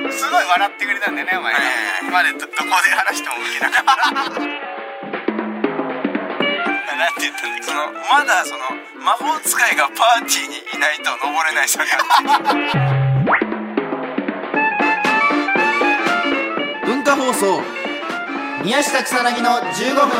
笑ってくれたんだよねお前が今までどどこで話してもウケなかったなんて言ったんだっけそのまだその魔法使いがパーティーにいないと登れない山が文化放送宮下草薙の15分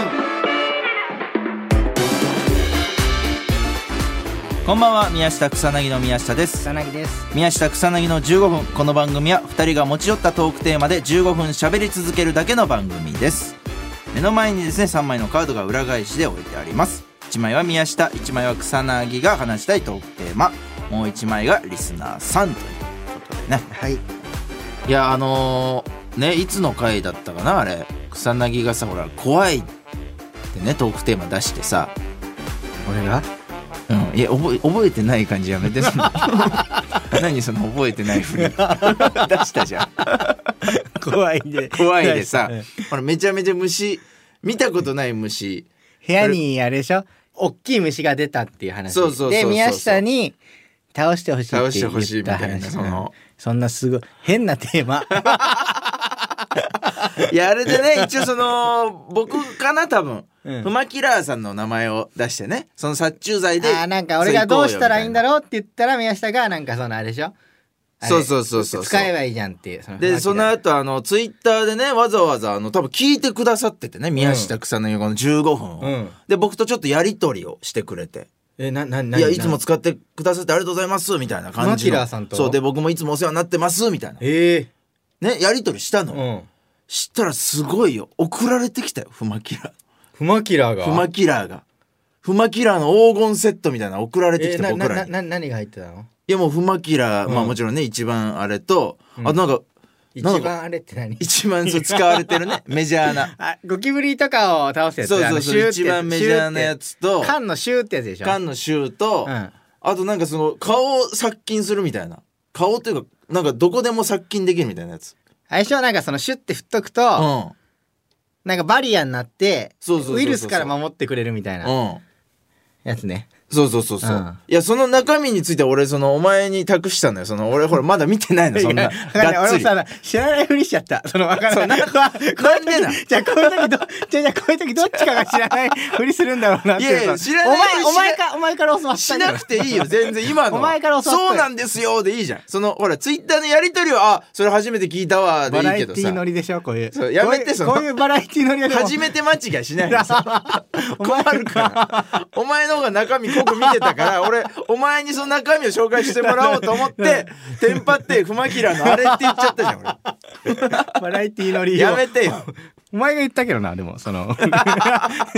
こんばんは宮下草薙の宮下です草薙です宮下草薙の15分この番組は2人が持ち寄ったトークテーマで15分喋り続けるだけの番組です目の前にですね3枚のカードが裏返しで置いてあります1枚は宮下1枚は草薙が話したいトークテーマもう1枚がリスナーさんということでねはいいやあのーねいつの回だったかなあれ草薙がさほら怖いってねトークテーマ出してさ俺がうん、いや覚え覚えてない感じやめてその 何その覚えてないふり 出したじゃん怖いん で怖いで さうんほらめちゃめちゃ虫見たことない虫部屋にあれでしょ大きい虫が出たっていう話そうそうそうそうで宮下に倒してほしいって言っ倒したてほしいみたいな話そのそんなすごい変なテーマいやあれでね一応その僕かな多分、うんフマキラーさんの名前を出してねその殺虫 剤であーなんか俺がどうしたらいいんだろろうって言ったら宮下がなんかそのあれでしょあれそうそうそうそう使えばいいじゃんっていうそのでその後あのツイッターでねわざわざあの多分聞いてくださっててね宮下草の横の15分を、うんで僕とちょっとやり取りをしてくれてえななないやいつも使ってくださってありがとうございますみたいな感じのマキラーさんとそうで僕もいつもお世話になってますみたいなえねやり取りしたえの、うんしたらすごいよ送られてきたよフマキラフマキラーがーフマキラーがフマキラーの黄金セットみたいなの送られてきえたな僕ならなに、な何が入ってたのいやもうフマキラー、まあうんもちろんね一番あれと、あとなんか一なんか番あれって何一番そう使われてる ねメジャーなあゴキブリとかを倒すやつそうあそのうシそューうって一番メジャーなやつと缶のシューってやつでしょ缶のシューと、うんあとなんかその顔を殺菌するみたいな顔というかなんかどこでも殺菌できるみたいなやつ最初はなんかそのシュッて振っとくと、うんなんかバリアになってそうそうそうそうウイルスから守ってくれるみたいなうんやつねそうそうそうそう、うんいやその中身について俺そのお前に託したのよその俺ほらまだ見て ないのそんいやなわかんないがっつり俺もさ知らないふりしちゃったそのわからないこういう時なんで なんじゃあこういう時どじゃあじゃあこういう時どっちかが知 らないふりするんだろうなっていやいやそ知らないふりしなお前お前かお前から教わっしたんだなよくていいよ全然今のお前から教わったよそうなんですよでいいじゃんそのほらツイッターのやり取りはあそれ初めて聞いたわでいバラいけエテどィー乗さりでしょこういうそうやめてこういうそのこういうバラエティー乗りはでも初めて間違いしない でさ困るからお前の方が中身濃く見てた から俺お前にその中身を紹介してもらおうと思ってテンパってフマキラのあれって言っちゃったじゃん俺バラエティー乗りをやめてよお前が言ったけどなでもその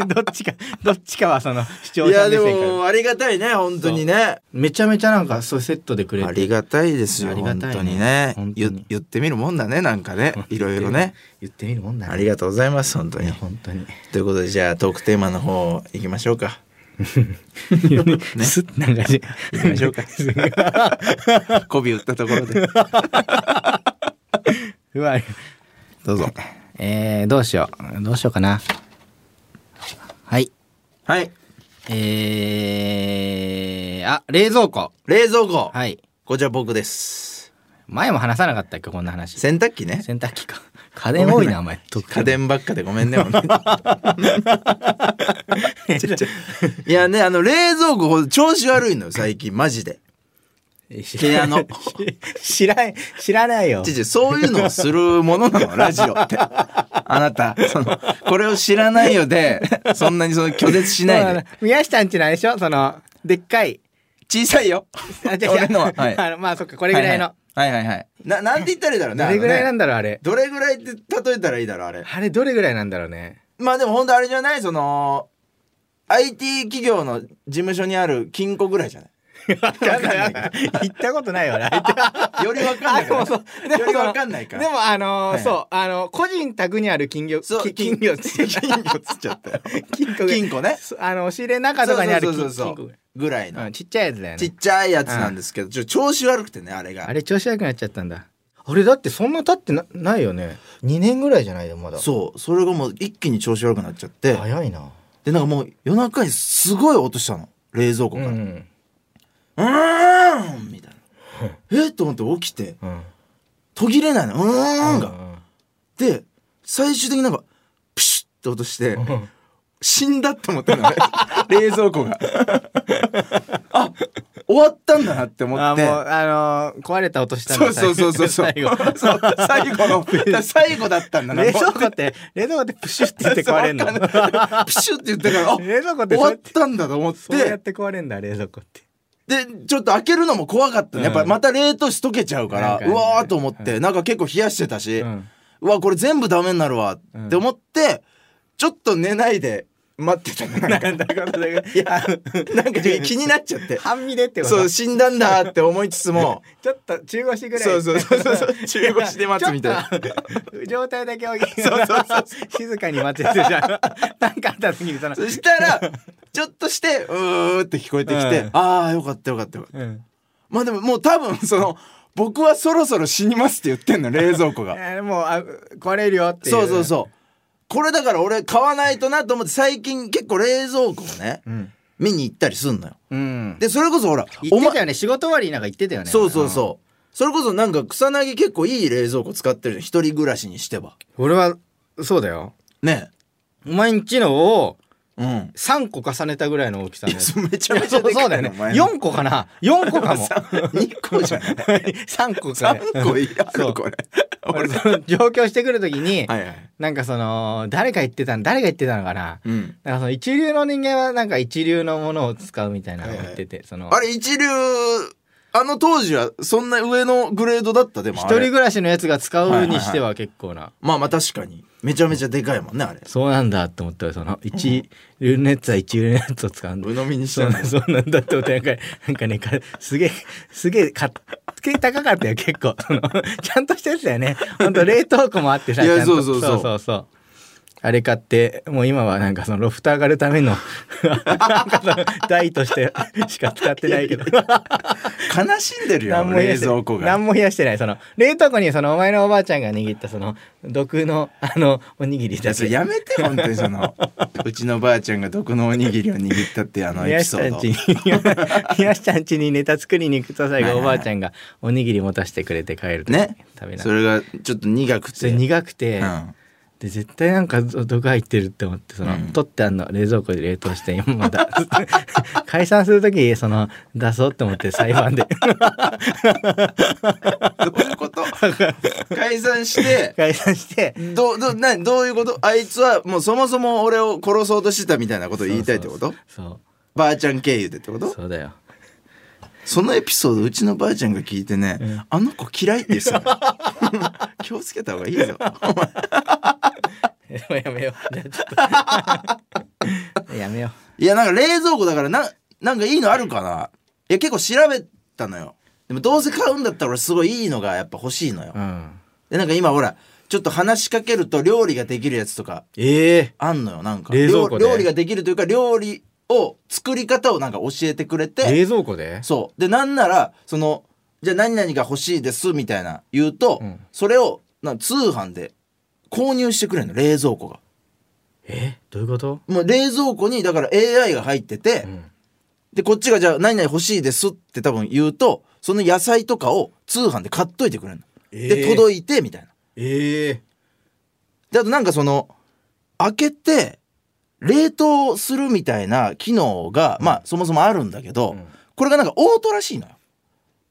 どっちかどっちかはその視聴い者や目で線からもありがたいね本当にねめちゃめちゃなんかそうセットでくれてありがたいですよ、ありが本たいね当にね本当に言言ってみるもんだねなんかねいろいろね言ってみるもんだねありがとうございます本当いにや本当にということでじゃあトークテーマの方行きましょう かすっ なんかし行きましょうか媚び打ったところでうわどうぞえー、どうしようどうしようかなはい はいえー、あ冷蔵庫冷蔵庫、はいこちら僕です前も話さなかったっけこんな話洗濯機ね洗濯機か家電多いなおごめん前特に家電ばっかでごめんね本 当にちょちょいやねあの冷蔵庫ほど調子悪いのよ最近マジで部 屋の知らん知らないよちちそういうのをするものな のラジオってあなたそのこれを知らないよでそんなにその拒絶しないそうでの宮下んちなんでしょそのでっかい小さいよあ違う違う俺のははいあのまあそっかこれぐらいの、はいはいはいはいななんて言ったらいいだろうねどれぐらいあのなねんだろうあれどれぐらいって例えたらいいだろうあれあれどれぐらいなんだろうねまあでも本当あれじゃないその IT 企業の事務所にある金庫ぐらいじゃない行ったことな いわねあいよりわかんないからあそうそうでもよりわかんないかつらでもあのーはいそうあのー個人宅にある金魚そうき金魚 金魚つっちゃったよ金庫金庫ねそあの押し入れの中とかにあるそ金うそう金そうそう庫ぐらいの、うんちっちゃいやつだよちっねちゃいやつなんですけど、ちょ調子悪くてねあれがあれ調子悪くなっちゃったんだあれだってそんな経ってなないよね2年ぐらいじゃないよまだそうそれがもう一気に調子悪くなっちゃって早いなでなんかもう夜中にすごい音したの冷蔵庫うからうんんー んみたいなえっと思って起きてうん途切れないの。うーんが。うで、最終的になんか、プシュッって音して、ん死んだって思ったの ね。冷蔵庫が。あ、終わったんだなって思あっーもて。うあのー壊れた音したんそだうそうそうそうそう。最後 そう最後の、だから最後だったんだな。冷蔵庫って冷蔵庫ってプシュって言って壊れ んのそうわかんないプシュって言ってから、あ、冷蔵庫って終そうわやっってたんだと思っ、そうやってて壊れんだ冷蔵庫ってで、ちょっと開けるのも怖かったね。やっぱまた冷凍しとけちゃうから、うんうわーと思って、なんか結構冷やしてたし、ううんわ、これ全部ダメになるわって思って、ちょっと寝ないで待って たの なんか、だからだからいや、なんか気になっちゃって。 半身でってことそう、死んだんだって思いつつも、ちょっと中腰ぐらいそうそうそうそう、中腰で待つみ たいな。な状態だけおぎそうそうそう静かに待っ ててじゃんなんかあった時にその そしたら、ちょっとして、うーって聞こえてきて、うんああ、よかったよかったよかった。うんまあでももう多分、その、僕はそろそろ死にますって言ってんの、冷蔵 庫が。えーもうあ壊れるよっていうそうそうそう。これだから俺買わないとなと思って最近結構冷蔵庫をね、うん見に行ったりすんのよ。うんで、それこそほら、言ってたよね仕事終わりなんか言ってたよねそうそうそう。それこそなんか草薙結構いい冷蔵庫使ってるじゃん一人暮らしにしてば。うん俺はそうだよね毎日のをえ。うん。 3個重ねたぐらいの大きさいのややつそうめちゃめちゃでかい そうだよねお前の4個かな4個 かも2個じゃない3個かね3個いらそんうこれ俺その上京してくる時にはいはいなんかその誰が言ってたの誰が言ってたのかなうんなんかその一流の人間はなんか一流のものを使うみたいなのを言っててそのあれ一流あの当時はそんな上のグレードだったでも一あ人れ暮らしのやつが使うにしては結構なまあまあ確かにめちゃめちゃでかいもんねあれそうなんだって思ったよその一流のやつは一流のやつを使うんだ鵜呑みにしそたうのなんそうなんだって思ってなんかなんかねかすげえすげえかすげえ高かったよ結構 そのちゃんとしたやつだよねほんと冷凍庫もあってさいやちゃんとそうそうそうそうそうそうあれ買ってもう今はなんかそのロフト上がるための なんかその台として しか使ってないけど悲しんでるよ何も冷や冷して蔵庫が何も冷やしてないその冷凍庫にそのお前のおばあちゃんが握ったその毒のあのおにぎりいやだそれけやめて本当にそのうちのばあちゃんが毒のおにぎりを握ったっていうあのエ宮ピソ下んードちに宮下んちにネタ作りに行くと最はいは後おいばあちゃんがおにぎり持たせてくれて帰るときね食べなそがられがちょっと苦くそれて苦くて、うんで絶対なんか毒入ってるって思ってその、うん取ってあんの冷蔵庫で冷凍して今まだ 解散する時その出そうって思って裁判で どういうこと解散して解散してどどなどういうことあいつはもうそもそも俺を殺そうとしてたみたいなことを言いたいってことそうばあちゃん経由でってこそうとそうだよ そのエピソードうちのばあちゃんが聞いてね、んあの子嫌いってさ気をつけた方がいいぞやめようやめようじゃあち ょっとやめよいやなんか冷蔵庫だからななんかいいのあるかないや結構調べたのよでもどうせ買うんだったら俺すごいいいのがやっぱ欲しいのよう、うん、でなんか今ほらちょっと話しかけると料理ができるやつとかええあんのよなんか冷蔵庫で料料理ができるというか料理を作り方をなんか教えてくれて冷蔵庫でそうでなんならそのじゃあ何々が欲しいですみたいな言うと、うんそれをな通販で購入してくれるの冷蔵庫がえどういうこと、もう冷蔵庫にだから AI が入ってて、うんでこっちがじゃあ何々欲しいですって多分言うとその野菜とかを通販で買っといてくれるの、えでー届いてみたいなええであとなんかその開けて冷凍するみたいな機能が、まあそもそもあるんだけど、うんこれがなんかオートらしいのよ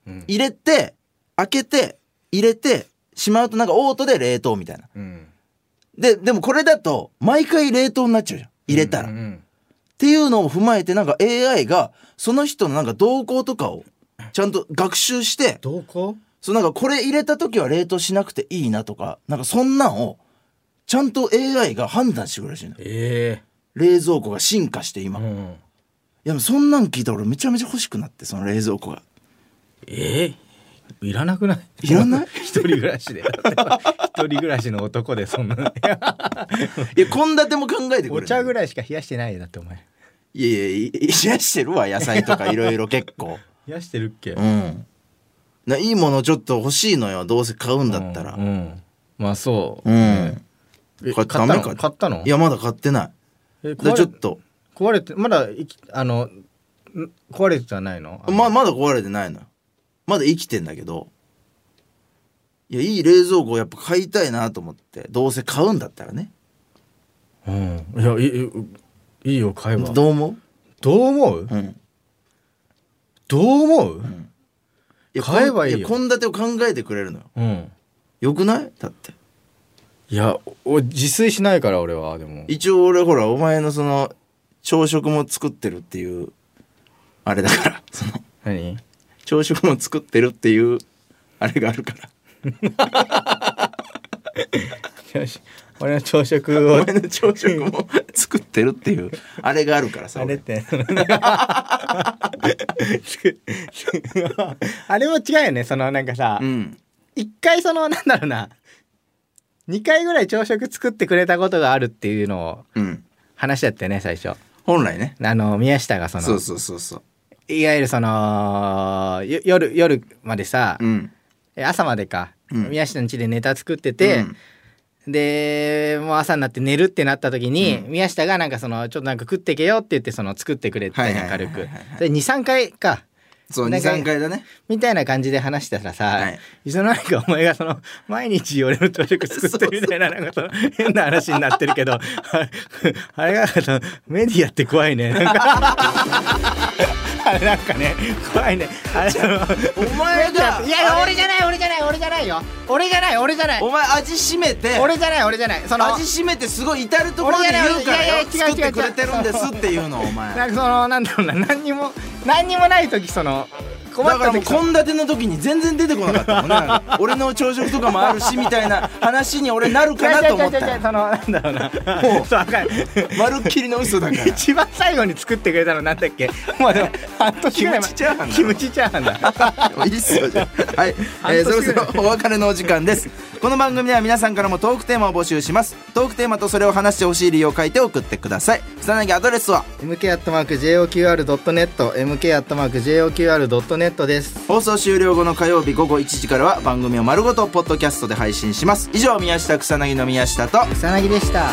うん入れて開けて入れてしまうとなんかオートで冷凍みたいなうんででもこれだと毎回冷凍になっちゃうじゃん入れたら、うんうっんていうのを踏まえてなんか AI がその人のなんか動向とかをちゃんと学習してどこそうなんかこれ入れた時は冷凍しなくていいなとかなんかそんなんをちゃんと AI が判断してくれるらしいのえ冷蔵庫が進化してえ今、いん、やでもそんなん聞いたら俺めちゃめちゃ欲しくなってその冷蔵庫がええいらなくないいらない 一人暮らしでだって一人暮らしの男でそんないや献立も考えてくれるお茶ぐらいしか冷やしてないよだってお前いやいやい、癒やしてるわ、野菜とかいろいろ結構。冷やしてるっけ、うん。ないいものちょっと欲しいのよ、どうせ買うんだったうら。んまあそう、うん。えこれ買ったダメのか買ったのいや、まだ買ってない。えだか壊られちょっと、壊れてまだいきあのん壊れてはないのあのま、まだ壊れてないのよ。まだ生きてんだけど。いやいい冷蔵庫をやっぱ買いたいなと思ってどうせ買うんだったらねうんいやいいいいよ買えばどどう思う思うう、うん、どう思ういや買えばいいよや献立を考えてくれるのようんよくないだっていやお自炊しないから俺はでも一応俺ほらお前のその朝食も作ってるっていうあれだから その何朝食も作ってるっていうあれがあるからよし俺の朝 食おを前の朝食 も作ってるっていうあれがあるからさあれって。 あれも違うよね。そのなんかさ俺う、ん一、回そのなんだろうな、二回ぐらい朝食作ってくれたことがあるっていうのをうん話だったよね、最初。本来ねあの、宮下がその、そうそうそうそういわゆるその、よ夜、夜までさ、うんえ朝までか、うん宮下の家でネタ作ってて、でもう朝になって寝るってなった時に、宮下がなんかそのちょっとなんか食ってけよって言ってその作ってくれて、はいはいはいはい軽くで23回かそうなんか23回だねみたいな感じで話したらさ、はいいつの間にかお前がその毎日俺の朝食作ってるみたいななんかその変な話になってるけどああれがそのメディアって怖いねなんかあれなんかね怖いねあれそのお前がいやいや俺じゃない俺じゃない俺じゃないよ俺じゃない俺じゃないお前味しめて俺じゃない俺じゃないその味しめてすごい至る所で言うからよ俺じゃ作ないっいやていや違う違う違うくれてるんですっていうのお前なんかそのなんだろうな何にも何にもない時その困だっからたもう時その献立の時に全然出てこなかったもんねなん か俺の朝食とかもあるしみたいな話に俺なるかなと思っ違う違う違う違うたそのなんだろうなもうそうわかるまるっきりの嘘だから 一番最後に作ってくれたのなんだっ けもうでも半年ぐらい前キムチチャーハンだキムチチャーハンだ いいっすよじゃあはい、えー、そろそろお別れのお時間ですこの番組では皆さんからもトークテーマを募集しますトークテーマとそれを話してほしい理由を書いて送ってください草薙アドレスは MK アットマーク JOQR.net MK アットマーク JOQR.net です放送終了後の火曜日午後1時からは番組を丸ごとポッドキャストで配信します以上宮下草薙の宮下と草薙でした